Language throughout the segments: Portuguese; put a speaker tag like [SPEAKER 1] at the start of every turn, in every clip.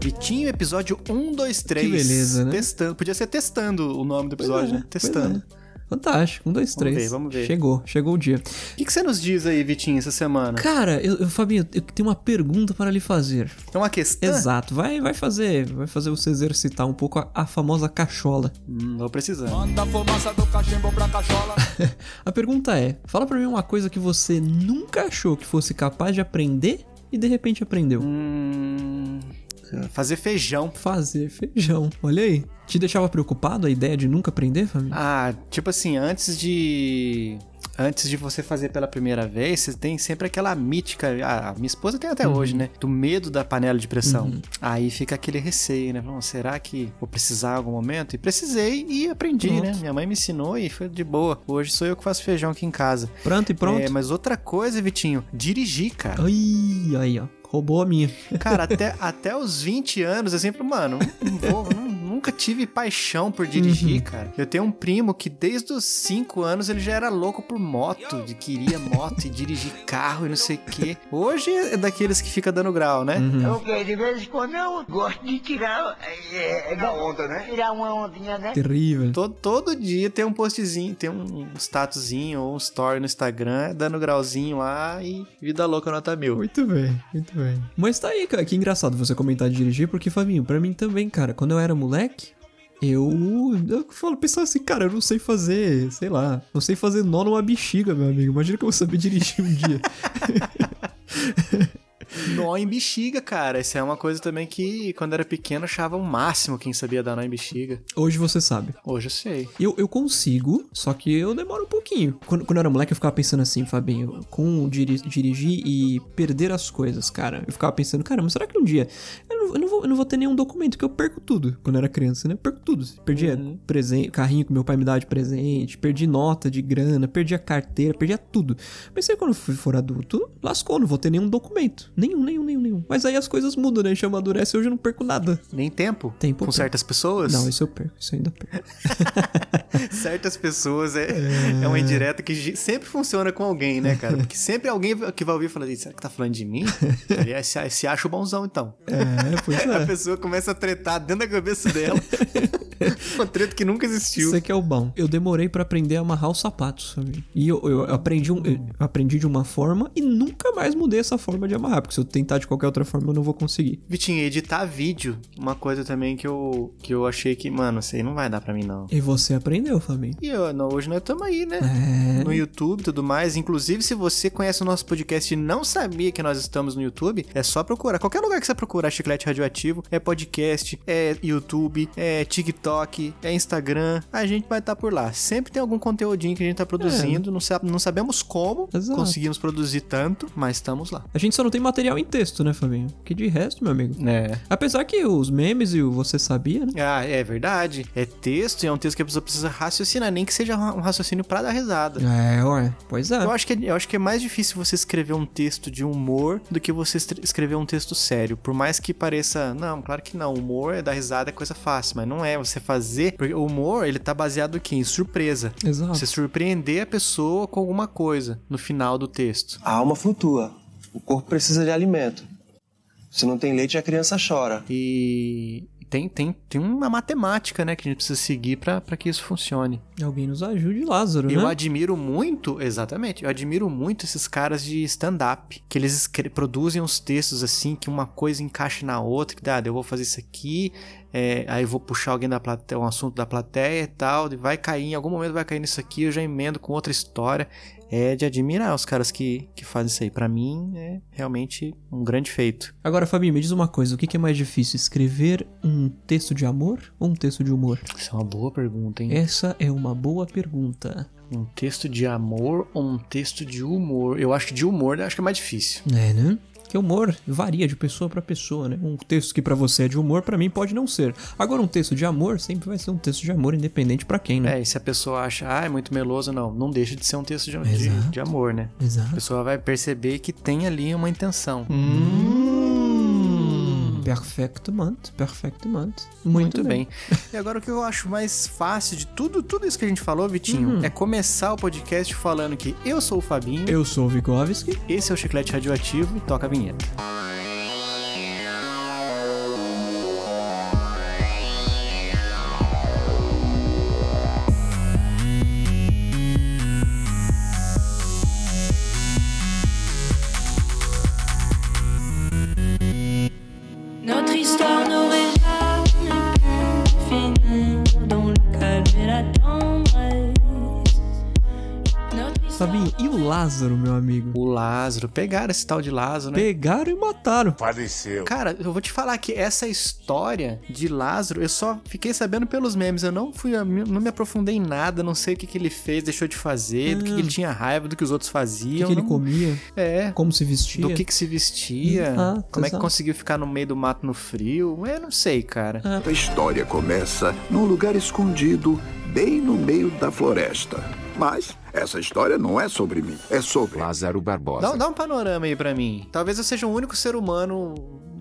[SPEAKER 1] Vitinho, episódio 1, 2, 3.
[SPEAKER 2] Que beleza, né?
[SPEAKER 1] Testando. Podia ser testando o nome do
[SPEAKER 2] Pois
[SPEAKER 1] episódio,
[SPEAKER 2] é,
[SPEAKER 1] né? Testando.
[SPEAKER 2] pois é. Fantástico, um, dois,
[SPEAKER 1] Vamos
[SPEAKER 2] três.
[SPEAKER 1] ver, vamos ver.
[SPEAKER 2] Chegou, chegou o dia.
[SPEAKER 1] O que, que você nos diz aí, Vitinho, essa semana?
[SPEAKER 2] Cara, eu, eu- Fabinho, eu tenho uma pergunta para lhe fazer.
[SPEAKER 1] É uma questão?
[SPEAKER 2] Exato, vai, vai fazer, vai fazer você exercitar um pouco a, a famosa cachola.
[SPEAKER 1] Hum, vou precisar.
[SPEAKER 3] Manda a fumaça do cachimbo pra cachola.
[SPEAKER 2] A pergunta é: fala pra mim uma coisa que você nunca achou que fosse capaz de aprender e de repente aprendeu.
[SPEAKER 1] Hum, fazer feijão.
[SPEAKER 2] Fazer feijão. Olha aí. Te deixava preocupado a ideia de nunca aprender, família?
[SPEAKER 1] Ah, tipo assim, antes de. Antes de você fazer pela primeira vez, você tem sempre aquela mítica. ah, minha esposa tem até
[SPEAKER 2] Uhum.
[SPEAKER 1] hoje, né? Do medo da panela de pressão. Aí fica aquele receio, né? Bom, será que vou precisar em algum momento? E precisei e aprendi,
[SPEAKER 2] Pronto.
[SPEAKER 1] né? Minha mãe me ensinou e foi de boa. Hoje sou eu que faço feijão aqui em casa.
[SPEAKER 2] Pronto e pronto.
[SPEAKER 1] É, mas outra coisa, Vitinho, dirigir, cara.
[SPEAKER 2] Ai, aí, ó. Roubou a minha.
[SPEAKER 1] Cara, até, até os 20 anos, eu sempre, mano, não vou, nu- nunca tive paixão por dirigir, cara. Eu tenho um primo que desde os 5 anos ele já era louco por moto, de queria moto e dirigir carro e não sei o quê. Hoje é daqueles que fica dando grau, né?
[SPEAKER 2] Uhum.
[SPEAKER 4] Ok, de vez em quando eu gosto de tirar. É, é, onda, né? Tirar uma ondinha, né?
[SPEAKER 2] Terrível.
[SPEAKER 1] Todo, todo dia tem um postzinho, tem um statuzinho ou um story no Instagram, dando grauzinho lá e vida louca nota mil.
[SPEAKER 2] Muito bem, muito bem. Mas tá aí, cara, que engraçado você comentar de dirigir, porque, Fabinho, pra mim também, cara, quando eu era moleque, eu. Eu falo, pensava assim, cara, eu não sei fazer, sei lá, não sei fazer nó numa bexiga, meu amigo. Imagina que eu vou saber dirigir um dia.
[SPEAKER 1] Nó em bexiga, cara. Isso é uma coisa também que quando era pequeno eu achava o máximo quem sabia dar nó em bexiga.
[SPEAKER 2] Hoje você sabe.
[SPEAKER 1] Hoje eu sei.
[SPEAKER 2] Eu, eu consigo, só que eu demoro um pouquinho. Quando, quando eu era moleque, eu ficava pensando assim, Fabinho, com o diri- dirigir e perder as coisas, cara. Eu ficava pensando, cara, mas será que um dia. Eu não, eu não vou, eu não vou ter nenhum documento, que eu perco tudo quando eu era criança, né? Eu perco tudo. Perdi presen- carrinho que meu pai me dava de presente, perdi nota de grana, perdi a carteira, perdi tudo. Mas aí quando eu fui- for adulto, lascou, não vou ter nenhum documento. Nenhum, nenhum, nenhum, nenhum. Mas aí as coisas mudam, né? A gente amadurece e hoje eu não perco nada.
[SPEAKER 1] Nem tempo?
[SPEAKER 2] Tempo
[SPEAKER 1] Com
[SPEAKER 2] eu
[SPEAKER 1] certas pessoas?
[SPEAKER 2] Não, isso eu perco, isso eu ainda perco.
[SPEAKER 1] Certas pessoas é, é... uma indireta que ge- sempre funciona com alguém, né, cara? Porque sempre alguém que vai ouvir fala assim, será que tá falando de mim? Ele "Ah, se, se acha o bonzão, então.
[SPEAKER 2] É, pois é.
[SPEAKER 1] A pessoa começa a tretar dentro da cabeça dela. uma treta que nunca existiu.
[SPEAKER 2] Isso aqui é o bom. Eu demorei pra aprender a amarrar os sapatos, sabe? E eu, eu aprendi, um- eu aprendi de uma forma e nunca mais mudei essa forma de amarrar, porque se eu tentar de qualquer outra forma eu não vou conseguir.
[SPEAKER 1] Vitinho, editar vídeo, uma coisa também que eu, que eu achei que, mano, isso aí não vai dar pra mim, não.
[SPEAKER 2] E você aprendeu, Fabinho.
[SPEAKER 1] E ó, não, hoje nós estamos aí, né?
[SPEAKER 2] É.
[SPEAKER 1] no YouTube e tudo mais. Inclusive, se você conhece o nosso podcast e não sabia que nós estamos no YouTube, é só procurar. Qualquer lugar que você procurar Chiclete Radioativo, é podcast, é YouTube, é TikTok, é Instagram, a gente vai estar por lá. Sempre tem algum conteúdinho que a gente tá produzindo, não, sa- não sabemos como
[SPEAKER 2] Exato.
[SPEAKER 1] conseguimos produzir tanto, mas estamos lá.
[SPEAKER 2] A gente só não tem material em texto, né, Fabinho? Que de resto, meu amigo.
[SPEAKER 1] É.
[SPEAKER 2] Apesar que os memes e o você sabia, né?
[SPEAKER 1] Ah, é verdade. É texto e é um texto que a pessoa precisa raciocinar, nem que seja um raciocínio pra dar risada.
[SPEAKER 2] É, ué. Pois é.
[SPEAKER 1] Eu acho, que, é- eu acho que é mais difícil você escrever um texto de humor do que você estre- escrever um texto sério. Por mais que pareça. Não, claro que não. Humor é dar risada, é coisa fácil, mas não é você fazer. Porque o humor, ele tá baseado aqui em surpresa.
[SPEAKER 2] Exato.
[SPEAKER 1] Você surpreender a pessoa com alguma coisa no final do texto.
[SPEAKER 5] A alma flutua. O corpo precisa de alimento. Se não tem leite, a criança chora.
[SPEAKER 1] E tem, tem, tem uma matemática, né, que a gente precisa seguir pra pra que isso funcione.
[SPEAKER 2] Alguém nos ajude, Lázaro,
[SPEAKER 1] Eu
[SPEAKER 2] né?
[SPEAKER 1] admiro muito, exatamente, eu admiro muito esses caras de stand-up, que eles escre- produzem uns textos assim, que uma coisa encaixa na outra, que dá, eu vou fazer isso aqui, é, aí eu vou puxar alguém da plateia, um assunto da plateia e tal, e vai cair, em algum momento vai cair nisso aqui, eu já emendo com outra história. É de admirar os caras que, que fazem isso aí. Pra mim, é realmente um grande feito.
[SPEAKER 2] Agora, Fabinho, me diz uma coisa. O que que é mais difícil, escrever um texto de amor ou um texto de humor?
[SPEAKER 1] Isso é uma boa pergunta, hein?
[SPEAKER 2] Essa é uma boa pergunta.
[SPEAKER 1] Um texto de amor ou um texto de humor? Eu acho que de humor, eu acho que é mais difícil.
[SPEAKER 2] É, né? Que humor varia de pessoa pra pessoa, né? Um texto que pra você é de humor, pra mim pode não ser. Agora, um texto de amor sempre vai ser um texto de amor, independente pra quem, né?
[SPEAKER 1] É, e se a pessoa acha, ah, é muito meloso, não, não deixa de ser um texto de, de-
[SPEAKER 2] Exato.
[SPEAKER 1] de amor, né? A
[SPEAKER 2] Exato.
[SPEAKER 1] pessoa vai perceber que tem ali uma intenção.
[SPEAKER 2] Hum. Perfect month, perfect month.
[SPEAKER 1] Muito, bem. E agora o que eu acho mais fácil de tudo, tudo isso que a gente falou, Vitinho, é começar o podcast falando que eu sou o Fabinho,
[SPEAKER 2] Eu sou o Vigovski.
[SPEAKER 1] esse é o Chiclete Radioativo e toca a vinheta.
[SPEAKER 6] Notre histoire n'aurait jamais pu finir dans le calme et la tendresse. Notre histoire.
[SPEAKER 2] Fabinho, e o Lázaro, meu amigo?
[SPEAKER 1] O Lázaro, pegaram esse tal de Lázaro, né?
[SPEAKER 2] Pegaram e mataram.
[SPEAKER 1] Cara, eu vou te falar que essa história de Lázaro, eu só fiquei sabendo pelos memes. Eu não fui, eu não me aprofundei em nada, não sei o que, que ele fez, deixou de fazer, do que, que
[SPEAKER 7] Ah.
[SPEAKER 1] ele tinha raiva, do que os outros
[SPEAKER 2] O que,
[SPEAKER 1] faziam.
[SPEAKER 2] que ele
[SPEAKER 1] não-
[SPEAKER 2] comia?
[SPEAKER 1] É.
[SPEAKER 2] Como se vestia?
[SPEAKER 1] Do que, que se vestia,
[SPEAKER 2] Exato,
[SPEAKER 1] como é que
[SPEAKER 2] Ah, exato.
[SPEAKER 1] conseguiu ficar no meio do mato no frio, eu não sei, cara.
[SPEAKER 8] A história começa num lugar escondido, bem no meio da floresta. Mas essa história não é sobre mim, é sobre
[SPEAKER 9] Lázaro
[SPEAKER 7] Ah,
[SPEAKER 9] Barbosa.
[SPEAKER 1] Dá, dá um panorama aí pra mim. Talvez eu seja o único ser humano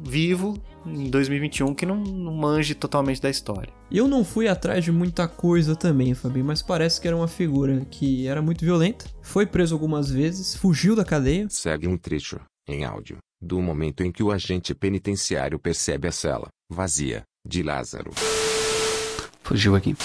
[SPEAKER 1] vivo em 2021 que não, não manje totalmente da história.
[SPEAKER 2] Eu não fui atrás de muita coisa também, Fabinho, mas parece que era uma figura que era muito violenta, foi preso algumas vezes, fugiu da cadeia.
[SPEAKER 9] Segue um trecho, em áudio, do momento em que o agente penitenciário percebe a cela, vazia, de Lázaro.
[SPEAKER 7] Fugiu aqui.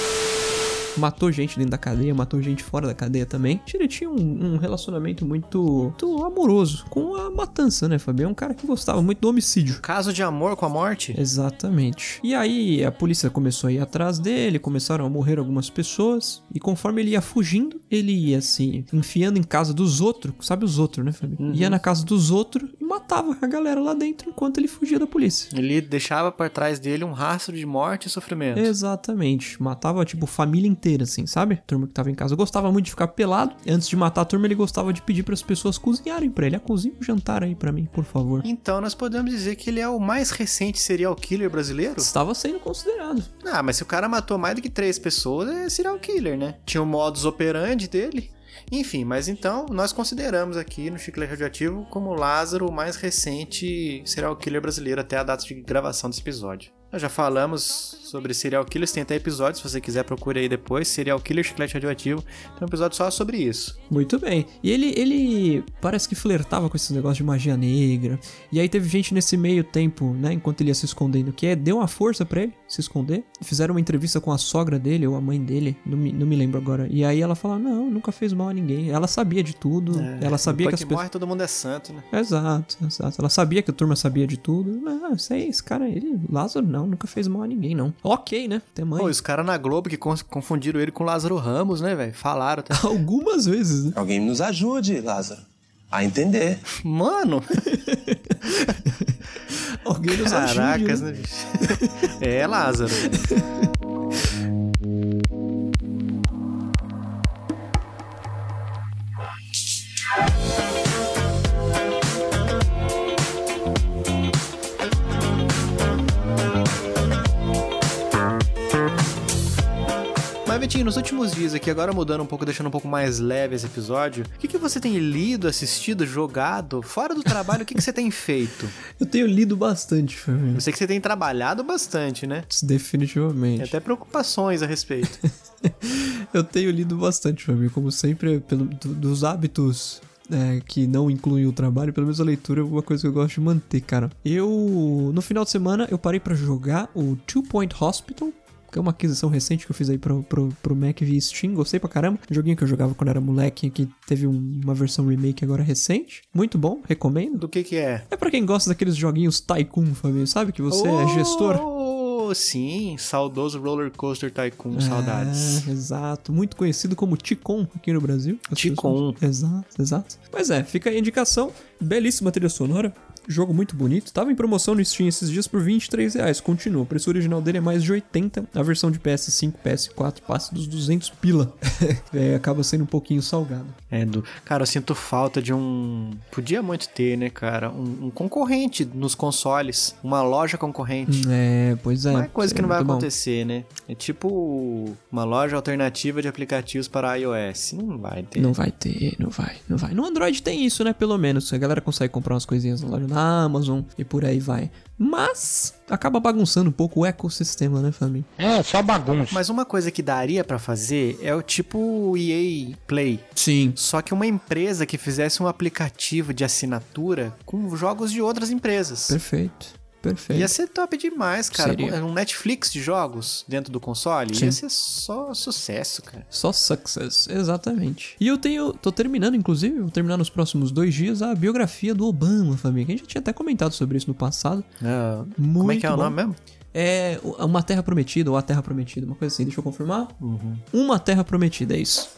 [SPEAKER 2] matou gente dentro da cadeia, matou gente fora da cadeia também. Ele tinha um, um relacionamento muito, muito amoroso com a matança, né, Fabio? É um cara que gostava muito do homicídio.
[SPEAKER 1] Caso de amor com a morte?
[SPEAKER 2] Exatamente. E aí a polícia começou a ir atrás dele, começaram a morrer algumas pessoas, e conforme ele ia fugindo, ele ia se enfiando em casa dos outros, sabe os outros, né, Fabio? Ia na casa dos outros e matava a galera lá dentro enquanto ele fugia da polícia.
[SPEAKER 1] Ele deixava pra trás dele um rastro de morte e sofrimento.
[SPEAKER 2] Exatamente. Matava, tipo, família inteira, assim, sabe? A turma que tava em casa. Gostava muito de ficar pelado. Antes de matar a turma, ele gostava de pedir pras pessoas cozinharem pra ele. Ah, cozinha um jantar aí pra mim, por favor.
[SPEAKER 1] Então nós podemos dizer que ele é o mais recente serial killer brasileiro?
[SPEAKER 2] Estava sendo considerado.
[SPEAKER 1] Ah, mas se o cara matou mais do que três pessoas, é serial killer, né? Tinha o modus operandi dele. Enfim, mas então nós consideramos aqui no Chiclete Radioativo como Lázaro o mais recente serial killer brasileiro até a data de gravação desse episódio. Nós já falamos sobre serial killers, tem até episódio, se você quiser procure aí depois, serial killer chiclete radioativo, tem um episódio só sobre isso.
[SPEAKER 2] Muito bem. E ele, ele parece que flertava com esses negócios de magia negra. E aí teve gente nesse meio tempo, né, enquanto ele ia se escondendo, que é, deu uma força pra ele se esconder. Fizeram uma entrevista com a sogra dele ou a mãe dele, não me, não me lembro agora. E aí ela falou: "Não, nunca fez mal a ninguém". Ela sabia de tudo. ela sabia que
[SPEAKER 1] Depois
[SPEAKER 2] as
[SPEAKER 1] que
[SPEAKER 2] pessoas
[SPEAKER 1] morre todo mundo é santo, né?
[SPEAKER 2] Exato, exato. Ela sabia que a turma sabia de tudo. Ah, isso aí, esse cara, ele, Lázaro não, nunca fez mal a ninguém, não. Ok, né? Tem mãe.
[SPEAKER 1] Pô, e os caras na Globo que con- confundiram ele com Lázaro Ramos, né, velho? Falaram. até.
[SPEAKER 2] Algumas vezes, né?
[SPEAKER 5] Alguém nos ajude, Lázaro, a entender.
[SPEAKER 1] Mano!
[SPEAKER 2] Alguém nos ajude,
[SPEAKER 1] Caracas,
[SPEAKER 2] né?
[SPEAKER 1] né, bicho? É, Lázaro. Mas, Vitinho, nos últimos dias aqui, agora mudando um pouco, deixando um pouco mais leve esse episódio, o que, que você tem lido, assistido, jogado? Fora do trabalho, o que, que você tem feito?
[SPEAKER 2] Eu tenho lido bastante, Fabinho.
[SPEAKER 1] Eu sei que você tem trabalhado bastante, né? Tem
[SPEAKER 2] Definitivamente.
[SPEAKER 1] até preocupações a respeito.
[SPEAKER 2] Eu tenho lido bastante, Fabinho. Como sempre, pelo, do- dos hábitos é, que não incluem o trabalho, pelo menos a leitura é uma coisa que eu gosto de manter, cara. Eu, no final de semana, eu parei pra jogar o Two Point Hospital. Que é uma aquisição recente que eu fiz aí pro, pro, pro Mac via Steam, gostei pra caramba. Um Joguinho que eu jogava quando era moleque, que teve um- uma versão remake agora recente. Muito bom, recomendo.
[SPEAKER 1] Do que que é?
[SPEAKER 2] É pra quem gosta daqueles joguinhos Tycoon, Fabinho, sabe? Que você é gestor.
[SPEAKER 1] Oh, sim, saudoso Roller Coaster Tycoon,
[SPEAKER 2] Ah.
[SPEAKER 1] saudades.
[SPEAKER 2] É, exato. Muito conhecido como Ticon aqui no Brasil. As
[SPEAKER 1] Ticon.
[SPEAKER 2] pessoas- Exato, exato. Pois é, fica aí a indicação. Belíssima trilha sonora. Jogo muito bonito. Tava em promoção no Steam esses dias por R$ 23 reais. Continua. O preço original dele é mais de 80. A versão de PS5, PS4 passa dos 200 pila. É, acaba sendo um pouquinho salgado.
[SPEAKER 1] É, do... Cara, eu sinto falta de um. Podia muito ter, né, cara? Um, um concorrente nos consoles. Uma loja concorrente.
[SPEAKER 2] É, pois é.
[SPEAKER 1] Não é coisa que não vai
[SPEAKER 2] Muito bom.
[SPEAKER 1] acontecer, né? É tipo uma loja alternativa de aplicativos para iOS. Não vai ter.
[SPEAKER 2] Não vai ter, não vai, não vai. No Android tem isso, né? Pelo menos. A galera consegue comprar umas coisinhas na loja. Na Amazon e por aí vai. Mas acaba bagunçando um pouco o ecossistema, né, família?
[SPEAKER 10] É, só bagunça.
[SPEAKER 1] Mas uma coisa que daria pra fazer é o tipo EA Play.
[SPEAKER 2] Sim.
[SPEAKER 1] Só que uma empresa que fizesse um aplicativo de assinatura com jogos de outras empresas.
[SPEAKER 2] Perfeito. Perfeito.
[SPEAKER 1] Ia ser top demais, cara.
[SPEAKER 2] Seria.
[SPEAKER 1] Um Netflix de jogos dentro do console
[SPEAKER 2] Sim.
[SPEAKER 1] ia ser só sucesso, cara.
[SPEAKER 2] Só success, exatamente. E eu tenho. tô terminando, inclusive, vou terminar nos próximos dois dias a biografia do Obama, família. Que a gente já tinha até comentado sobre isso no passado. Ah, Muito
[SPEAKER 1] Como é que é o
[SPEAKER 2] bom.
[SPEAKER 1] nome mesmo?
[SPEAKER 2] É o- Uma Terra Prometida ou A Terra Prometida, uma coisa assim, deixa eu confirmar. Uma Terra Prometida, Uhum. é isso.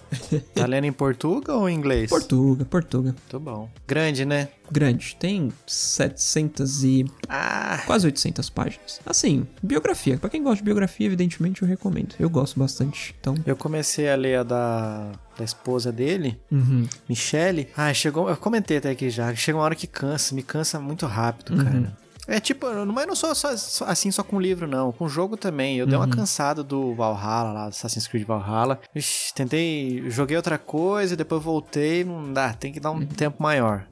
[SPEAKER 1] Tá lendo em Portugal ou em inglês?
[SPEAKER 2] Portuga, Portuga.
[SPEAKER 1] Muito bom. Grande, né?
[SPEAKER 2] Grande, tem 700 e.
[SPEAKER 1] Ah,
[SPEAKER 2] quase 800 páginas. Assim, biografia. Pra quem gosta de biografia, evidentemente eu recomendo. Eu gosto bastante. Então,
[SPEAKER 1] eu comecei a ler a da, da esposa dele,
[SPEAKER 2] uhum.
[SPEAKER 1] Michelle. Ah, chegou. Eu comentei até aqui já. Chega uma hora que cansa, me cansa muito rápido,
[SPEAKER 2] Uhum.
[SPEAKER 1] cara. É tipo, eu não- mas não sou só, só- assim só com livro, não. Com jogo também. Eu dei
[SPEAKER 2] Uhum.
[SPEAKER 1] uma cansada do Valhalla lá, do Assassin's Creed Valhalla. Ixi, tentei. Joguei outra coisa, depois voltei. Não dá, tem que dar um
[SPEAKER 2] Uhum.
[SPEAKER 1] tempo maior.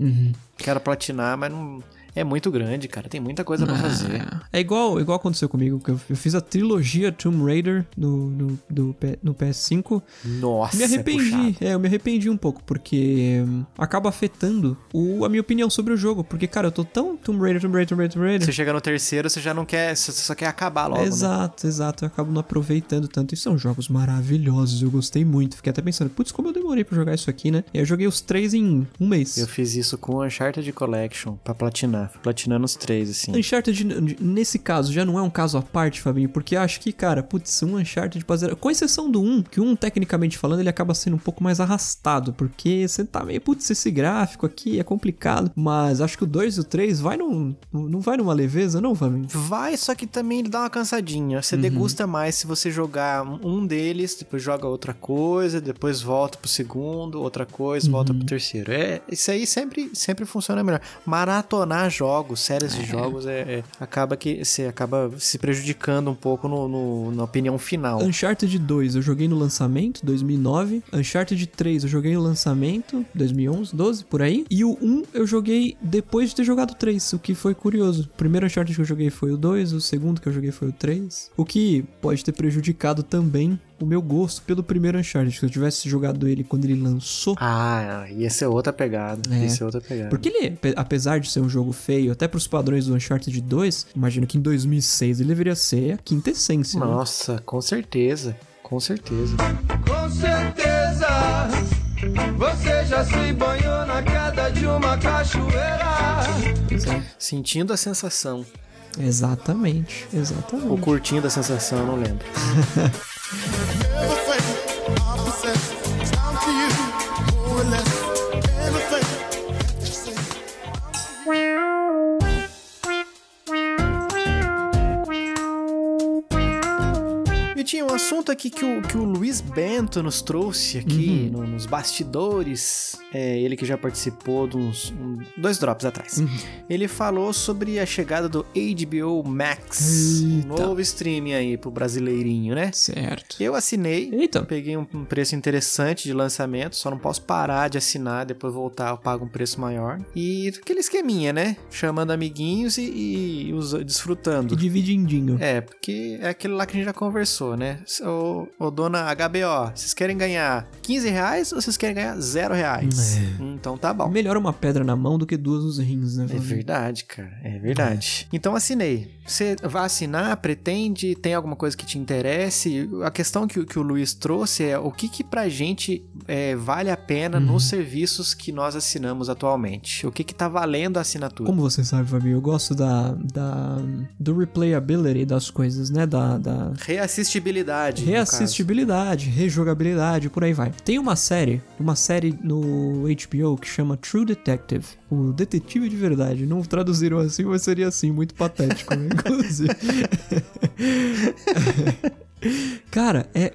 [SPEAKER 1] Quero platinar, mas não. É muito grande, cara. Tem muita coisa pra fazer.
[SPEAKER 2] É igual, igual aconteceu comigo, que eu, eu fiz a trilogia Tomb Raider no, no, do P- no PS5.
[SPEAKER 1] Nossa,
[SPEAKER 2] me
[SPEAKER 1] é
[SPEAKER 2] arrependi,
[SPEAKER 1] puxado.
[SPEAKER 2] é, eu me arrependi um pouco, porque hum, acaba afetando o, a minha opinião sobre o jogo. Porque, cara, eu tô tão Tomb Raider, Tomb Raider, Tomb Raider, Tomb Raider.
[SPEAKER 1] Você chega no terceiro, você já não quer. Você só quer acabar logo. né?
[SPEAKER 2] exato, exato. Eu acabo não aproveitando tanto. E são jogos maravilhosos, eu gostei muito. Fiquei até pensando, putz, como eu demorei pra jogar isso aqui, né? E eu joguei os três em um mês.
[SPEAKER 1] Eu fiz isso com o Uncharted Collection pra platinar. Fui platinando os três, assim.
[SPEAKER 2] Uncharted, n- n- nesse caso, já não é um caso à parte, Fabinho, porque acho que, cara, putz, um Uncharted pra zerar. Com exceção do 1, que o 1, tecnicamente falando, ele acaba sendo um pouco mais arrastado, porque você tá meio, putz, esse gráfico aqui é complicado. Mas acho que o 2 e o 3 vai num. Não vai numa leveza, não, Fabinho?
[SPEAKER 1] Vai, só que também ele dá uma cansadinha. Você degusta mais se você jogar um deles, depois joga outra coisa, depois volta pro segundo, outra coisa, volta pro terceiro. É, isso aí sempre, sempre funciona melhor. Maratonar jogos, séries de jogos, é, é- acaba que você acaba se prejudicando um pouco no, no- na opinião final.
[SPEAKER 2] Uncharted 2 eu joguei no lançamento, 2009. Uncharted 3 eu joguei no lançamento, 2011, 12, por aí. E o 1 eu joguei depois de ter jogado o 3, o que foi curioso. O primeiro Uncharted que eu joguei foi o 2, o segundo que eu joguei foi o 3. O que pode ter prejudicado também o meu gosto pelo primeiro Uncharted. Se eu tivesse jogado ele quando ele lançou,
[SPEAKER 1] Ah, ia ser outra pegada.
[SPEAKER 2] É.
[SPEAKER 1] Ia ser outra pegada.
[SPEAKER 2] porque ele, ape- apesar de ser um jogo feio, até pros padrões do Uncharted 2, imagino que em 2006 ele deveria ser a quinta essência. né?
[SPEAKER 1] Nossa, com certeza. Com certeza.
[SPEAKER 3] Com certeza, você já se banhou na queda de uma cachoeira.
[SPEAKER 2] Pois é.
[SPEAKER 1] Sentindo a sensação.
[SPEAKER 2] Exatamente, exatamente.
[SPEAKER 1] Ou curtindo a sensação, eu não lembro. E tinha um assunto aqui que o, que o Luiz Bento nos trouxe aqui no- nos bastidores. É, ele que já participou de uns um- dois drops atrás. Ele falou sobre a chegada do HBO Max, um
[SPEAKER 2] Eita.
[SPEAKER 1] novo streaming aí pro brasileirinho, né?
[SPEAKER 2] Certo.
[SPEAKER 1] Eu assinei.
[SPEAKER 2] Eita.
[SPEAKER 1] Peguei um um preço interessante de lançamento, só não posso parar de assinar, depois voltar eu pago um preço maior. E aquele esqueminha, né? Chamando amiguinhos e, e usa- desfrutando.
[SPEAKER 2] E dividindinho.
[SPEAKER 1] É, porque é aquilo lá que a gente já conversou, né? Ô, ô dona HBO, vocês querem ganhar 15 reais ou vocês querem ganhar 0 reais?
[SPEAKER 2] É.
[SPEAKER 1] Então tá bom.
[SPEAKER 2] Melhor uma pedra na mão do que duas nos rins, né?
[SPEAKER 1] É
[SPEAKER 2] Fabinho?
[SPEAKER 1] verdade, cara. É verdade. Então assinei. Você vai assinar, pretende, tem alguma coisa que te interesse? A questão que, o- que o Luiz trouxe é o que que pra gente é, vale a pena nos serviços que nós assinamos atualmente? O que que tá valendo a assinatura?
[SPEAKER 2] Como você sabe, Fabinho, eu gosto da, da do replayability das coisas, né? Da, da
[SPEAKER 1] Reassistibilidade. no caso.
[SPEAKER 2] reassistibilidade, rejogabilidade, por aí vai. Tem uma série, uma série no HBO que chama True Detective, o detetive de verdade. Não traduziram assim, mas seria assim, muito patético, né? inclusive. Cara, é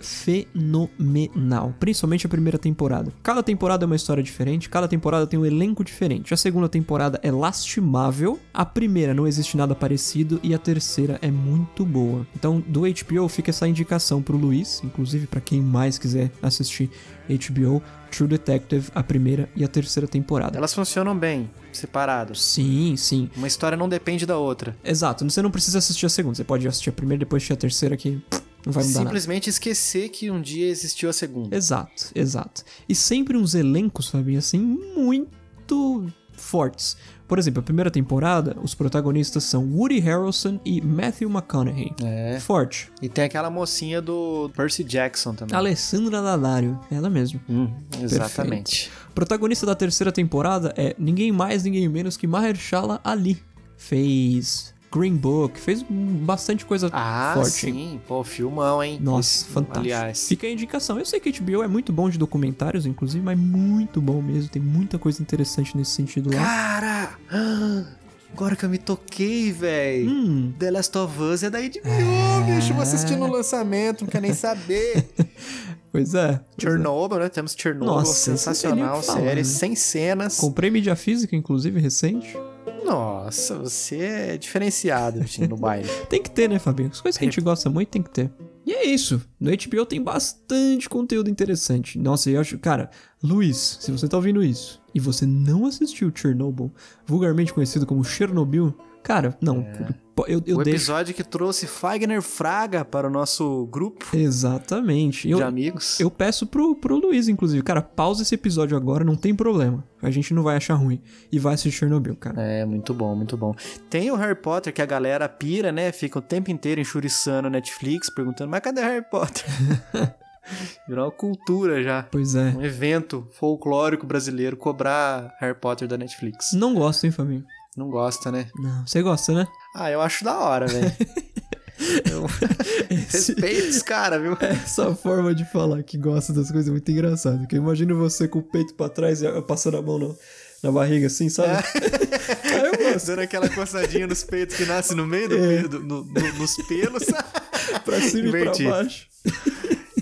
[SPEAKER 2] fenomenal. Principalmente a primeira temporada. Cada temporada é uma história diferente, cada temporada tem um elenco diferente. A segunda temporada é lastimável, a primeira não existe nada parecido e a terceira é muito boa. Então, do HBO fica essa indicação pro Luiz, inclusive pra quem mais quiser assistir HBO, True Detective, a primeira e a terceira temporada.
[SPEAKER 1] Elas funcionam bem, separadas.
[SPEAKER 2] Sim, sim.
[SPEAKER 1] Uma história não depende da outra.
[SPEAKER 2] Exato, você não precisa assistir a segunda, você pode assistir a primeira, depois assistir a terceira que pff, não vai mudar nada.
[SPEAKER 1] Simplesmente esquecer que um dia existiu a segunda.
[SPEAKER 2] Exato, exato. E sempre uns elencos, Fabinho, assim, muito fortes. Por exemplo, a primeira temporada, os protagonistas são Woody Harrelson e Matthew McConaughey.
[SPEAKER 1] É.
[SPEAKER 2] Forte.
[SPEAKER 1] E tem aquela mocinha do Percy Jackson também.
[SPEAKER 2] Alessandra Daddario, ela mesmo.
[SPEAKER 1] Hum, exatamente.
[SPEAKER 2] Protagonista da terceira temporada é ninguém mais, ninguém menos que Mahershala Ali. Fez Green Book, fez bastante coisa
[SPEAKER 1] Ah,
[SPEAKER 2] forte.
[SPEAKER 1] sim. Pô, filmão, hein?
[SPEAKER 2] Nossa,
[SPEAKER 1] Esse-
[SPEAKER 2] fantástico.
[SPEAKER 1] Aliás.
[SPEAKER 2] Fica a indicação. Eu sei que HBO é muito bom de documentários, inclusive, mas muito bom mesmo. Tem muita coisa interessante nesse sentido lá.
[SPEAKER 1] Cara! ah, Agora que eu me toquei, véi.
[SPEAKER 2] Hum.
[SPEAKER 1] The Last of Us é da HBO, bicho. Vou assistir no lançamento, não quer nem saber.
[SPEAKER 2] Pois é. pois é.
[SPEAKER 1] Chernobyl, né? Temos Chernobyl,
[SPEAKER 2] Nossa,
[SPEAKER 1] sensacional,
[SPEAKER 2] isso não tem nem o que falar,
[SPEAKER 1] série
[SPEAKER 2] né?
[SPEAKER 1] sem cenas.
[SPEAKER 2] Comprei mídia física, inclusive, recente.
[SPEAKER 1] Nossa, você é diferenciado, bichinho, no baile.
[SPEAKER 2] Tem que ter, né, Fabinho? As coisas que a gente gosta muito tem que ter. E é isso. No HBO tem bastante conteúdo interessante. Nossa, eu acho. Cara, Luiz, se você tá ouvindo isso e você não assistiu Chernobyl, vulgarmente conhecido como Chernobyl, cara, não. pô, Eu, eu
[SPEAKER 1] É. o
[SPEAKER 2] deixo.
[SPEAKER 1] episódio que trouxe Fagner Fraga para o nosso grupo
[SPEAKER 2] Exatamente. Eu,
[SPEAKER 1] de amigos.
[SPEAKER 2] eu peço pro, pro Luiz, inclusive, cara, pausa esse episódio agora, não tem problema. A gente não vai achar ruim. E vai assistir Chernobyl, cara.
[SPEAKER 1] É, muito bom, muito bom. Tem o Harry Potter que a galera pira, né? Fica o tempo inteiro enxuriçando a Netflix, perguntando, mas cadê Harry Potter? Virou uma cultura já.
[SPEAKER 2] Pois é.
[SPEAKER 1] Um evento folclórico brasileiro cobrar Harry Potter da Netflix.
[SPEAKER 2] Não gosto, hein, Fabinho?
[SPEAKER 1] Não gosta, né?
[SPEAKER 2] Não. Você gosta, né?
[SPEAKER 1] Ah, eu acho da hora, velho. Eu... Respeito os caras, viu?
[SPEAKER 2] Essa forma de falar que gosta das coisas é muito engraçada. Porque eu imagino você com o peito pra trás e passando a mão no- na barriga assim,
[SPEAKER 1] É.
[SPEAKER 2] sabe? Aí eu gosto.
[SPEAKER 1] Dando aquela coçadinha nos peitos que nasce no meio do, peito, do- no- no- nos pelos.
[SPEAKER 2] Pra cima e
[SPEAKER 1] Invertido.
[SPEAKER 2] pra baixo.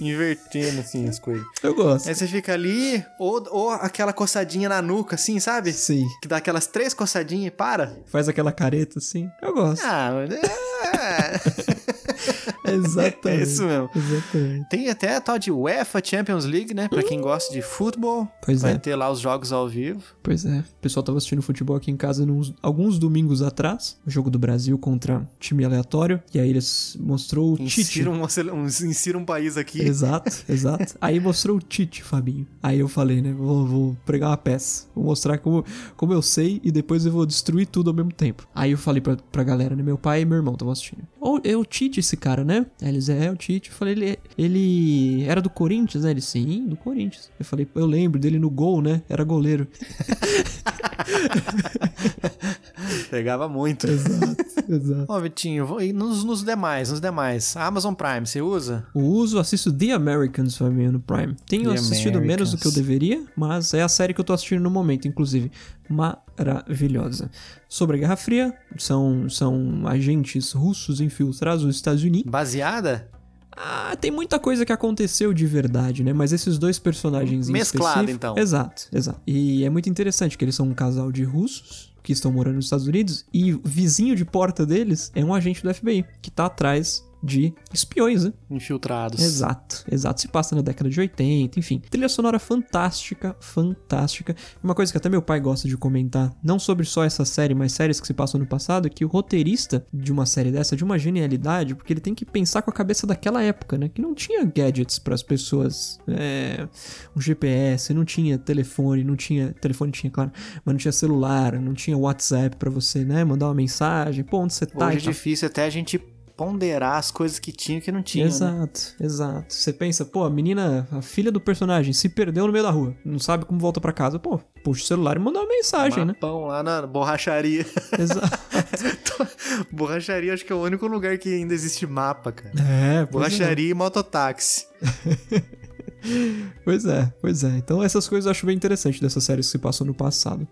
[SPEAKER 1] Invertendo, assim, as coisas.
[SPEAKER 2] Eu gosto.
[SPEAKER 1] Aí você fica ali, ou, ou aquela coçadinha na nuca, assim, sabe?
[SPEAKER 2] Sim.
[SPEAKER 1] Que dá aquelas três coçadinhas e para.
[SPEAKER 2] Faz aquela careta assim. Eu gosto.
[SPEAKER 1] Ah, mas é...
[SPEAKER 2] Exatamente.
[SPEAKER 1] é isso mesmo.
[SPEAKER 2] Exatamente.
[SPEAKER 1] Tem até a tal de UEFA Champions League, né? Pra quem gosta de futebol.
[SPEAKER 2] Pois
[SPEAKER 1] Vai
[SPEAKER 2] é.
[SPEAKER 1] ter lá os jogos ao vivo.
[SPEAKER 2] Pois é, o pessoal tava assistindo futebol aqui em casa nos- alguns domingos atrás, o jogo do Brasil contra um time aleatório, e aí eles mostrou o Tite.
[SPEAKER 1] Insira um, um- insira um país aqui.
[SPEAKER 2] Exato, exato. Aí mostrou o Tite, Fabinho. Aí eu falei, né, vou, vou pregar uma peça, vou mostrar como, como eu sei e depois eu vou destruir tudo ao mesmo tempo. Aí eu falei pra, pra galera, né, meu pai e meu irmão estavam assistindo. Ou é o Tite esse cara, né? Aí eles, é, é o Tite. Eu falei, ele, ele era do Corinthians, né? Ele, sim, do Corinthians. Eu falei, eu lembro dele no gol, né? Era goleiro.
[SPEAKER 1] Pegava muito.
[SPEAKER 2] Exato, exato.
[SPEAKER 1] Ó, Vitinho, vou- e nos, nos demais, nos demais. Amazon Prime, você usa?
[SPEAKER 2] Eu uso, assisto The Americans pra mim no Prime. Tenho
[SPEAKER 1] The
[SPEAKER 2] assistido menos do que eu
[SPEAKER 1] Americans.
[SPEAKER 2] deveria, mas é a série que eu tô assistindo no momento, inclusive. Maravilhosa. Sobre a Guerra Fria, são, são agentes russos infiltrados nos Estados Unidos.
[SPEAKER 1] Baseada?
[SPEAKER 2] Ah, tem muita coisa que aconteceu de verdade, né? Mas esses dois personagens em
[SPEAKER 1] Mesclado,
[SPEAKER 2] específico-
[SPEAKER 1] então.
[SPEAKER 2] Exato, exato. E é muito interessante que eles são um casal de russos que estão morando nos Estados Unidos e o vizinho de porta deles é um agente do FBI que tá atrás de espiões, né?
[SPEAKER 1] Infiltrados.
[SPEAKER 2] Exato, exato. Se passa na década de 80, enfim. Trilha sonora fantástica, fantástica. Uma coisa que até meu pai gosta de comentar, não sobre só essa série, mas séries que se passam no passado, é que o roteirista de uma série dessa é de uma genialidade, porque ele tem que pensar com a cabeça daquela época, né? Que não tinha gadgets para as pessoas. É, um GPS, não tinha telefone, não tinha. Telefone tinha, claro, mas não tinha celular, não tinha WhatsApp para você, né? Mandar uma mensagem, pô, onde você tá?
[SPEAKER 1] Hoje
[SPEAKER 2] e
[SPEAKER 1] é
[SPEAKER 2] tal.
[SPEAKER 1] difícil até a gente ponderar as coisas que tinha e que não tinha. né?
[SPEAKER 2] Exato, exato. Você pensa, pô, a menina, a filha do personagem, se perdeu no meio da rua, não sabe como volta pra casa, pô, puxa o celular e manda uma mensagem, né?
[SPEAKER 1] Mapão lá na borracharia.
[SPEAKER 2] Exato.
[SPEAKER 1] borracharia acho que é o único lugar que ainda existe mapa, cara.
[SPEAKER 2] É, pois é.
[SPEAKER 1] Borracharia e mototáxi.
[SPEAKER 2] Pois é, pois é. Então essas coisas eu acho bem interessante dessas séries que se passam no passado.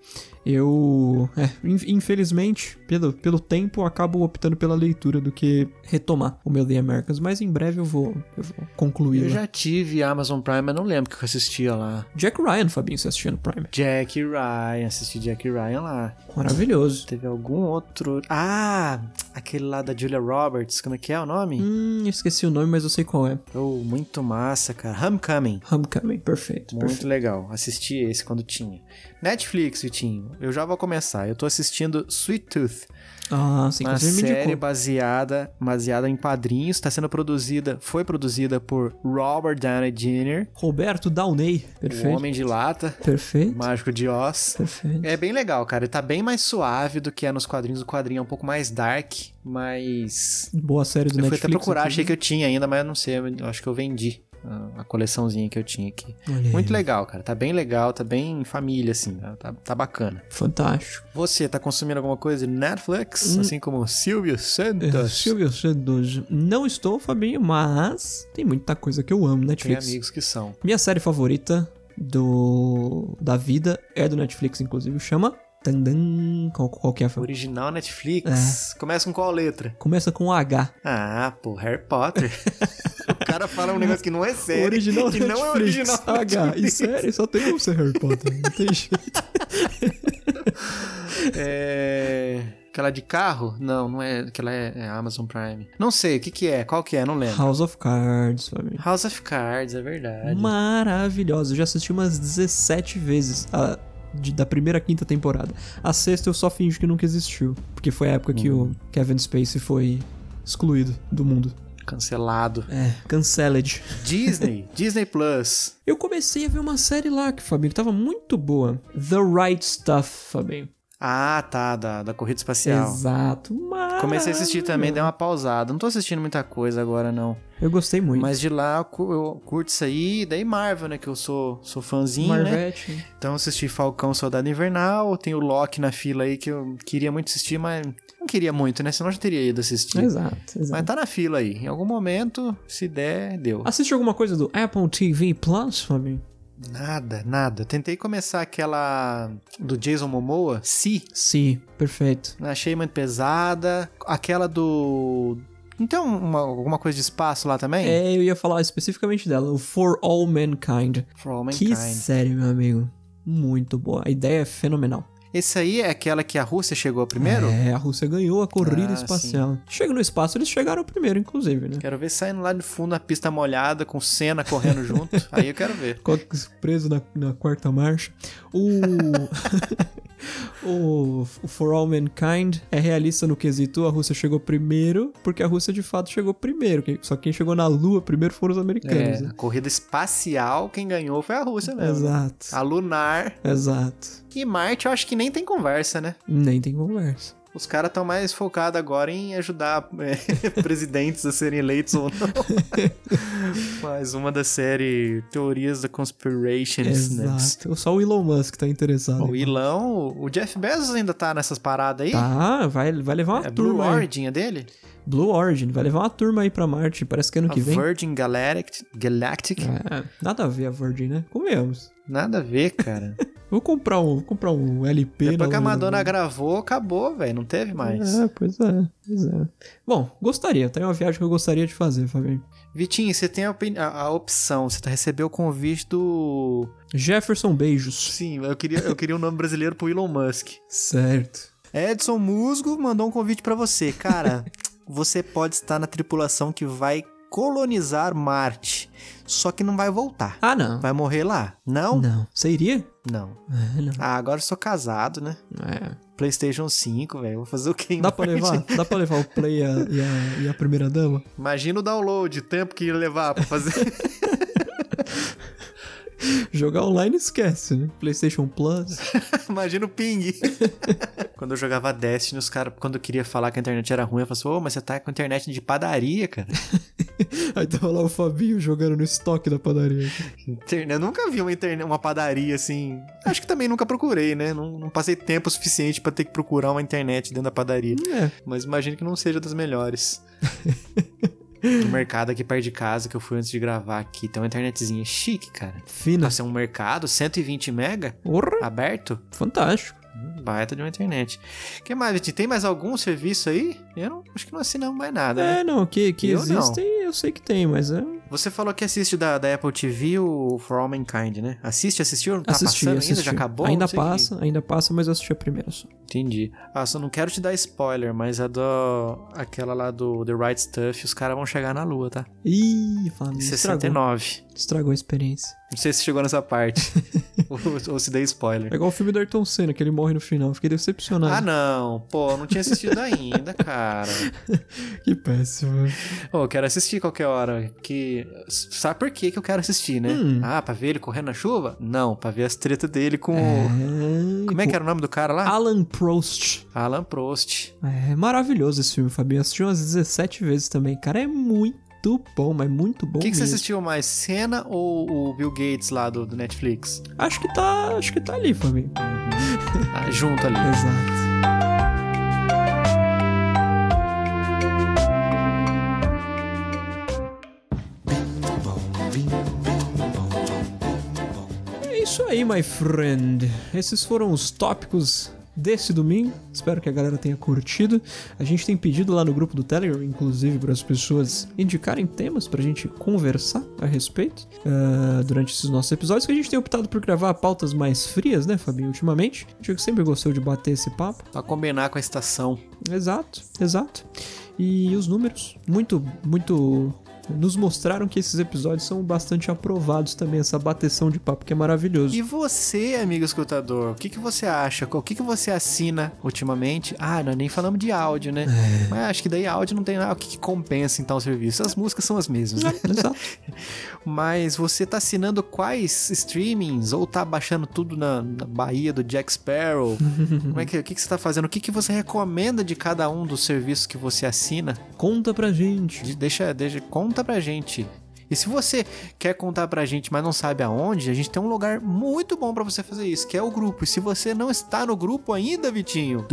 [SPEAKER 2] E Eu, é, in- infelizmente, pelo, pelo tempo, acabo optando pela leitura do que retomar o meu The Americans, mas em breve eu vou, eu vou concluir.
[SPEAKER 1] Eu já tive Amazon Prime, mas não lembro o que eu assistia lá.
[SPEAKER 2] Jack Ryan, Fabinho, você assistia no Prime.
[SPEAKER 1] Jack Ryan, assisti Jack Ryan lá.
[SPEAKER 2] Maravilhoso.
[SPEAKER 1] Teve algum outro. Ah, aquele lá da Julia Roberts, como é que é o nome?
[SPEAKER 2] Hum, eu esqueci o nome, mas eu sei qual é.
[SPEAKER 1] Oh, muito massa, cara. Homecoming.
[SPEAKER 2] Homecoming, perfeito.
[SPEAKER 1] Muito
[SPEAKER 2] perfeito.
[SPEAKER 1] legal. Assisti esse quando tinha. Netflix, Vitinho. Eu já vou começar. Eu tô assistindo Sweet Tooth.
[SPEAKER 2] Ah, sim,
[SPEAKER 1] uma
[SPEAKER 2] inclusive me
[SPEAKER 1] série
[SPEAKER 2] indicou.
[SPEAKER 1] baseada, baseada em quadrinhos. Está sendo produzida, foi produzida por Robert Downey Jr.,
[SPEAKER 2] Roberto Downey.
[SPEAKER 1] o
[SPEAKER 2] Perfeito.
[SPEAKER 1] Homem de Lata,
[SPEAKER 2] Perfeito.
[SPEAKER 1] Mágico de Oz.
[SPEAKER 2] Perfeito.
[SPEAKER 1] É bem legal, cara. Ele tá bem mais suave do que é nos quadrinhos. O quadrinho é um pouco mais dark, mas.
[SPEAKER 2] Boa série do
[SPEAKER 1] Eu fui
[SPEAKER 2] Netflix. né?
[SPEAKER 1] até procurar,
[SPEAKER 2] inclusive.
[SPEAKER 1] achei que eu tinha ainda, mas eu não sei. Eu acho que eu vendi a- a coleçãozinha que eu tinha aqui.
[SPEAKER 2] Olha aí.
[SPEAKER 1] Muito legal, cara. Tá bem legal, tá bem família, assim. tá- Tá, tá bacana.
[SPEAKER 2] Fantástico.
[SPEAKER 1] Você tá consumindo alguma coisa de Netflix? Assim como o Silvio
[SPEAKER 2] Hum. É,
[SPEAKER 1] Santos?
[SPEAKER 2] Silvio Santos. Não estou, Fabinho, mas tem muita coisa que eu amo no
[SPEAKER 1] Tem
[SPEAKER 2] Netflix.
[SPEAKER 1] amigos que são.
[SPEAKER 2] Minha série favorita do da vida é do Netflix, inclusive, chama Tandan. Qual, qual que é a fa-
[SPEAKER 1] Original Netflix.
[SPEAKER 2] É.
[SPEAKER 1] Começa com qual letra?
[SPEAKER 2] Começa com H.
[SPEAKER 1] Ah, pô, Harry Potter. o cara fala um negócio que não é sério.
[SPEAKER 2] original
[SPEAKER 1] que
[SPEAKER 2] Netflix.
[SPEAKER 1] não é original.
[SPEAKER 2] H. E
[SPEAKER 1] Netflix.
[SPEAKER 2] série só tem um ser Harry Potter. Não tem jeito.
[SPEAKER 1] É. Aquela de carro? Não, não é. Aquela é, é Amazon Prime. Não sei, o que que é? Qual que é? Não lembro.
[SPEAKER 2] House of Cards, Fabinho.
[SPEAKER 1] House of Cards, é verdade.
[SPEAKER 2] Maravilhosa. Eu já assisti umas 17 vezes a- de- da primeira à quinta temporada. A sexta eu só finjo que nunca existiu. Porque foi a época que
[SPEAKER 1] Hum.
[SPEAKER 2] o Kevin Spacey foi excluído do mundo.
[SPEAKER 1] Cancelado.
[SPEAKER 2] É, canceled.
[SPEAKER 1] Disney. Disney Plus.
[SPEAKER 2] Eu comecei a ver uma série lá, que, Fabinho, que tava muito boa. The Right Stuff, Fabinho.
[SPEAKER 1] Ah, tá, da, da corrida espacial.
[SPEAKER 2] Exato, mas...
[SPEAKER 1] Comecei a assistir também, dei uma pausada. Não tô assistindo muita coisa agora, não.
[SPEAKER 2] Eu gostei muito.
[SPEAKER 1] Mas de lá eu cu- eu curto isso aí. Daí Marvel, né? Que eu sou, sou fãzinho, né?
[SPEAKER 2] Marvete...
[SPEAKER 1] Então eu assisti Falcão Soldado Invernal. Tem o Loki na fila aí que eu queria muito assistir, mas não queria muito, né? Senão eu já teria ido assistir.
[SPEAKER 2] Exato, exato.
[SPEAKER 1] Mas tá na fila aí. Em algum momento, se der, deu.
[SPEAKER 2] Assiste alguma coisa do Apple TV Plus, Fabinho?
[SPEAKER 1] Nada, nada. Eu Tentei começar aquela do Jason Momoa, Si.
[SPEAKER 2] Sim, perfeito.
[SPEAKER 1] Achei muito pesada. Aquela do. Não tem uma- alguma coisa de espaço lá também?
[SPEAKER 2] É, eu ia falar especificamente dela, o For All Mankind.
[SPEAKER 1] For All
[SPEAKER 2] Que
[SPEAKER 1] Mankind.
[SPEAKER 2] série, meu amigo. Muito boa. A ideia é fenomenal.
[SPEAKER 1] Esse aí é aquela que a Rússia chegou primeiro?
[SPEAKER 2] É, a Rússia ganhou a corrida
[SPEAKER 1] Ah,
[SPEAKER 2] espacial. Chega no espaço, eles chegaram primeiro, inclusive, né?
[SPEAKER 1] Quero ver saindo lá de fundo na pista molhada, com cena correndo junto. Aí eu quero ver.
[SPEAKER 2] Cox preso na, na quarta marcha. O... o o For All Mankind é realista no quesito. A Rússia chegou primeiro, porque a Rússia de fato chegou primeiro. Quem- Só quem chegou na Lua primeiro foram os americanos.
[SPEAKER 1] É,
[SPEAKER 2] né?
[SPEAKER 1] a corrida espacial, quem ganhou foi a Rússia mesmo.
[SPEAKER 2] Exato.
[SPEAKER 1] A Lunar.
[SPEAKER 2] Exato.
[SPEAKER 1] E Marte, eu acho que nem tem conversa, né?
[SPEAKER 2] Nem tem conversa.
[SPEAKER 1] Os caras estão mais focados agora em ajudar é, presidentes a serem eleitos ou não. Mais uma da série Teorias da Conspirations, né?
[SPEAKER 2] Exato. Só o Elon Musk tá interessado.
[SPEAKER 1] O Ilão, o Jeff Bezos ainda tá nessas paradas aí?
[SPEAKER 2] Tá, vai, vai levar uma
[SPEAKER 1] É Blue
[SPEAKER 2] turma aí.
[SPEAKER 1] Origin, é dele?
[SPEAKER 2] Blue Origin. Vai levar uma turma aí pra Marte. Parece que ano
[SPEAKER 1] A
[SPEAKER 2] que vem.
[SPEAKER 1] Virgin Galactic, Galactic.
[SPEAKER 2] É, nada a ver a Virgin, né? Comemos.
[SPEAKER 1] Nada a ver, cara.
[SPEAKER 2] Vou comprar um, vou comprar um LP.
[SPEAKER 1] Depois que a
[SPEAKER 2] na-
[SPEAKER 1] Madonna gravou, acabou, velho. Não teve mais.
[SPEAKER 2] É, pois é, pois é. Bom, gostaria. Tem uma viagem que eu gostaria de fazer, Fabinho.
[SPEAKER 1] Vitinho, você tem a, opini- a- a opção. Você tá- recebeu o convite do.
[SPEAKER 2] Jefferson Beijos.
[SPEAKER 1] Sim, eu queria, eu queria um nome brasileiro pro Elon Musk.
[SPEAKER 2] Certo.
[SPEAKER 1] Edson Musgo mandou um convite pra você. Cara, você pode estar na tripulação que vai colonizar Marte. Só que não vai voltar.
[SPEAKER 2] Ah, não.
[SPEAKER 1] Vai morrer lá. Não?
[SPEAKER 2] Não. Você iria?
[SPEAKER 1] Não.
[SPEAKER 2] É, não.
[SPEAKER 1] Ah, agora eu sou casado, né?
[SPEAKER 2] É.
[SPEAKER 1] PlayStation 5, velho. Vou fazer o quê? em
[SPEAKER 2] Dá pra
[SPEAKER 1] Marte?
[SPEAKER 2] levar? Dá pra levar o Play e a, e a- e a primeira dama?
[SPEAKER 1] Imagina o download, o tempo que ia levar pra fazer.
[SPEAKER 2] Jogar online esquece, né? PlayStation Plus.
[SPEAKER 1] Imagina o ping. quando eu jogava Destiny, os caras, quando eu queria falar que a internet era ruim, eu falava assim, ô, mas você tá com internet de padaria, cara.
[SPEAKER 2] Aí tava lá o Fabinho jogando no estoque da padaria.
[SPEAKER 1] Interne- Eu nunca vi uma, interne... uma padaria assim. Acho que também nunca procurei, né? Não, não passei tempo suficiente pra ter que procurar uma internet dentro da padaria.
[SPEAKER 2] É.
[SPEAKER 1] Mas imagino que não seja das melhores. no Um mercado aqui perto de casa que eu fui antes de gravar aqui, tem uma internetzinha chique, cara.
[SPEAKER 2] Fina.
[SPEAKER 1] Nossa, é um mercado, 120 mega,
[SPEAKER 2] Porra,
[SPEAKER 1] aberto.
[SPEAKER 2] fantástico.
[SPEAKER 1] Hum, Baita de uma internet. que mais, Vitinho? Tem mais algum serviço aí? Eu não, acho que não assinamos mais nada, né?
[SPEAKER 2] É, não, que, que
[SPEAKER 1] Eu não.
[SPEAKER 2] existem, eu sei que tem, mas é.
[SPEAKER 1] Você falou que assiste da, da Apple TV o For All Mankind, né? Assiste, assistiu? Não tá
[SPEAKER 2] assisti,
[SPEAKER 1] passando
[SPEAKER 2] assisti.
[SPEAKER 1] ainda? Já acabou?
[SPEAKER 2] Ainda
[SPEAKER 1] Não sei o que.
[SPEAKER 2] passa, ainda passa, mas eu assisti a primeira só.
[SPEAKER 1] Entendi. Ah, só não quero te dar spoiler, mas a do... aquela lá do The Right Stuff, os caras vão chegar na lua, tá?
[SPEAKER 2] Ih, família.
[SPEAKER 1] Em
[SPEAKER 2] Estragou,
[SPEAKER 1] 69.
[SPEAKER 2] estragou a experiência.
[SPEAKER 1] Não sei se chegou nessa parte. ou, ou se dei spoiler.
[SPEAKER 2] É igual o filme do Ayrton Senna, que ele morre no final. Fiquei decepcionado.
[SPEAKER 1] Ah, não. Pô, eu não tinha assistido ainda, cara.
[SPEAKER 2] Que péssimo.
[SPEAKER 1] Ô, eu quero assistir qualquer hora. Que... Sabe por que que eu quero assistir, né?
[SPEAKER 2] Hum.
[SPEAKER 1] Ah, pra ver ele correndo na chuva? Não, pra ver as tretas dele com...
[SPEAKER 2] É,
[SPEAKER 1] Como é que era o nome do cara lá?
[SPEAKER 2] Alan Prost.
[SPEAKER 1] Alan Prost.
[SPEAKER 2] É maravilhoso esse filme, Fabinho. Eu assisti umas 17 vezes também. Cara, é muito bom, mas muito bom
[SPEAKER 1] O que, que você
[SPEAKER 2] mesmo.
[SPEAKER 1] assistiu mais, Cena ou o Bill Gates lá do, do Netflix?
[SPEAKER 2] Acho que tá, acho que tá ali, Fabinho.
[SPEAKER 1] Ah, junto ali.
[SPEAKER 2] Exato. É Isso aí, my friend. Esses foram os tópicos desse domingo. Espero que a galera tenha curtido. A gente tem pedido lá no grupo do Telegram, inclusive, para as pessoas indicarem temas pra gente conversar a respeito ah, durante esses nossos episódios. Que a gente tem optado por gravar pautas mais frias, né, Fabinho, ultimamente. O Diego sempre gostou de bater esse papo.
[SPEAKER 1] Pra combinar com a estação.
[SPEAKER 2] Exato, exato. E os números, muito, muito. Nos mostraram que esses episódios são bastante aprovados também, essa bateção de papo que é maravilhoso.
[SPEAKER 1] E você, amigo escutador, o que, que você acha? O que, que você assina ultimamente? Ah, nós nem falamos de áudio, né?
[SPEAKER 2] É.
[SPEAKER 1] Mas acho que daí áudio não tem nada. O que, que compensa então o serviço? As músicas são as mesmas, né?
[SPEAKER 2] Exato.
[SPEAKER 1] Mas você tá assinando quais streamings? Ou tá baixando tudo na, na Bahia do Jack Sparrow? Como é que, o que, que você tá fazendo? O que, que você recomenda de cada um dos serviços que você assina?
[SPEAKER 2] Conta pra gente.
[SPEAKER 1] De- Deixa, deixa, conta pra gente. E se você quer contar pra gente, mas não sabe aonde, a gente tem um lugar muito bom pra você fazer isso, que é o grupo. E se você não está no grupo ainda, Vitinho,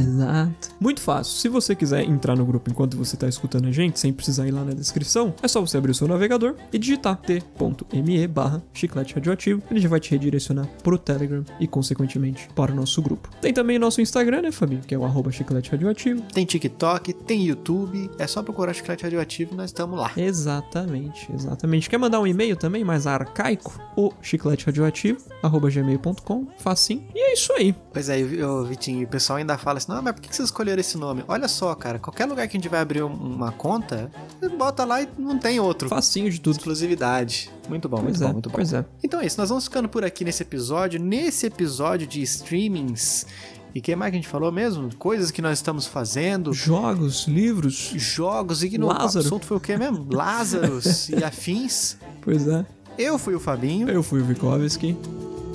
[SPEAKER 2] Exato. Muito fácil. Se você quiser entrar no grupo enquanto você está escutando a gente, sem precisar ir lá na descrição, é só você abrir o seu navegador e digitar t.me barra chiclete radioativo. Ele já vai te redirecionar pro Telegram e, consequentemente, para o nosso grupo. Tem também o nosso Instagram, né, Fabinho? Que é o arroba chiclete radioativo.
[SPEAKER 1] tem TikTok, tem YouTube, é só procurar Chiclete Radioativo e nós estamos lá.
[SPEAKER 2] Exatamente, exatamente. Quer mandar um e-mail também, mais arcaico? O chiclete radioativo, arroba gmail.com, facinho. E é isso aí.
[SPEAKER 1] Pois é, e o- o Vitinho, e o pessoal ainda fala assim, não, mas por que que vocês escolheram esse nome? Olha só, cara, qualquer lugar que a gente vai abrir um- uma conta, bota lá e não tem outro.
[SPEAKER 2] Facinho de tudo.
[SPEAKER 1] Exclusividade. Muito bom, muito
[SPEAKER 2] Pois
[SPEAKER 1] bom,
[SPEAKER 2] é,
[SPEAKER 1] muito bom.
[SPEAKER 2] pois é.
[SPEAKER 1] Então é isso, nós vamos ficando por aqui nesse episódio. Nesse episódio de streamings. E o que mais que a gente falou mesmo? Coisas que nós estamos fazendo.
[SPEAKER 2] Jogos, livros,
[SPEAKER 1] Jogos e que no
[SPEAKER 2] Lázaro.
[SPEAKER 1] assunto foi o que mesmo? Lázaros e afins.
[SPEAKER 2] pois é.
[SPEAKER 1] Eu fui o Fabinho,
[SPEAKER 2] Eu fui o Vikovski.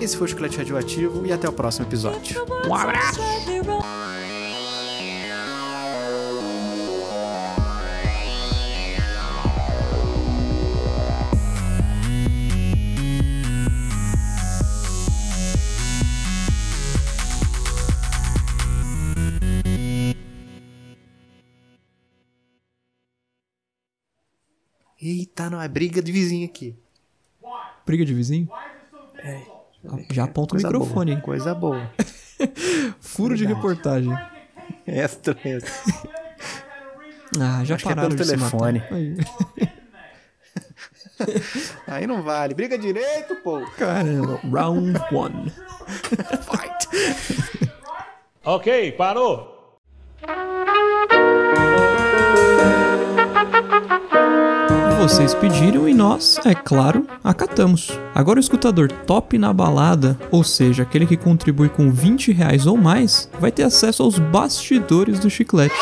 [SPEAKER 1] esse foi o Chiclete Radioativo e até o próximo episódio.
[SPEAKER 2] Um abraço!
[SPEAKER 1] Eita, não, é briga de vizinho aqui.
[SPEAKER 2] Briga de vizinho? É. Já aponta o
[SPEAKER 1] Coisa
[SPEAKER 2] microfone,
[SPEAKER 1] boa,
[SPEAKER 2] hein?
[SPEAKER 1] Coisa boa.
[SPEAKER 2] Furo de reportagem.
[SPEAKER 1] Extra, extra.
[SPEAKER 2] Ah, já
[SPEAKER 1] Acho que é
[SPEAKER 2] pararam
[SPEAKER 1] pelo
[SPEAKER 2] de se matar.
[SPEAKER 1] telefone.
[SPEAKER 2] Aí.
[SPEAKER 1] Aí não vale. Briga direito, pô.
[SPEAKER 2] Caramba. Round one.
[SPEAKER 3] Ok, parou.
[SPEAKER 2] Vocês pediram e nós, é claro, acatamos. Agora o escutador top na balada, ou seja, aquele que contribui com 20 reais ou mais, vai ter acesso aos bastidores do chiclete.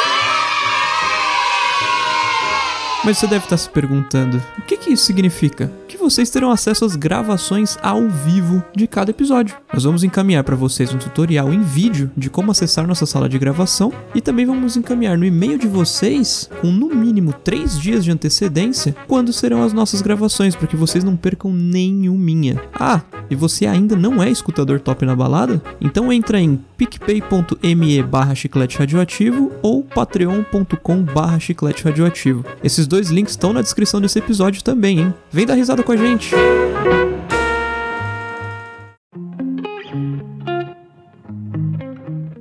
[SPEAKER 2] Mas você deve estar se perguntando, o que, que isso significa? Que vocês terão acesso às gravações ao vivo de cada episódio. Nós vamos encaminhar para vocês um tutorial em vídeo de como acessar nossa sala de gravação e também vamos encaminhar no e-mail de vocês, com no mínimo 3 dias de antecedência, quando serão as nossas gravações, para que vocês não percam nenhuminha. Ah, e você ainda não é escutador top na balada? Então entra em picpay.me barra chiclete radioativo ou patreon.com barra chiclete radioativo. Esses dois links estão na descrição desse episódio também, hein? Vem dar risada com a gente!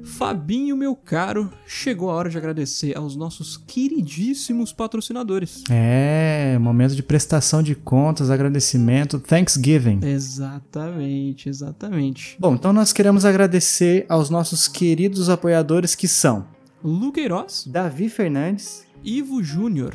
[SPEAKER 2] Fabinho, meu caro, chegou a hora de agradecer aos nossos queridíssimos patrocinadores.
[SPEAKER 1] É, momento de prestação de contas, agradecimento, Thanksgiving.
[SPEAKER 2] Exatamente, exatamente.
[SPEAKER 1] Bom, então nós queremos agradecer aos nossos queridos apoiadores que são
[SPEAKER 2] Lu Queiroz,
[SPEAKER 1] Davi Fernandes,
[SPEAKER 2] Ivo Júnior,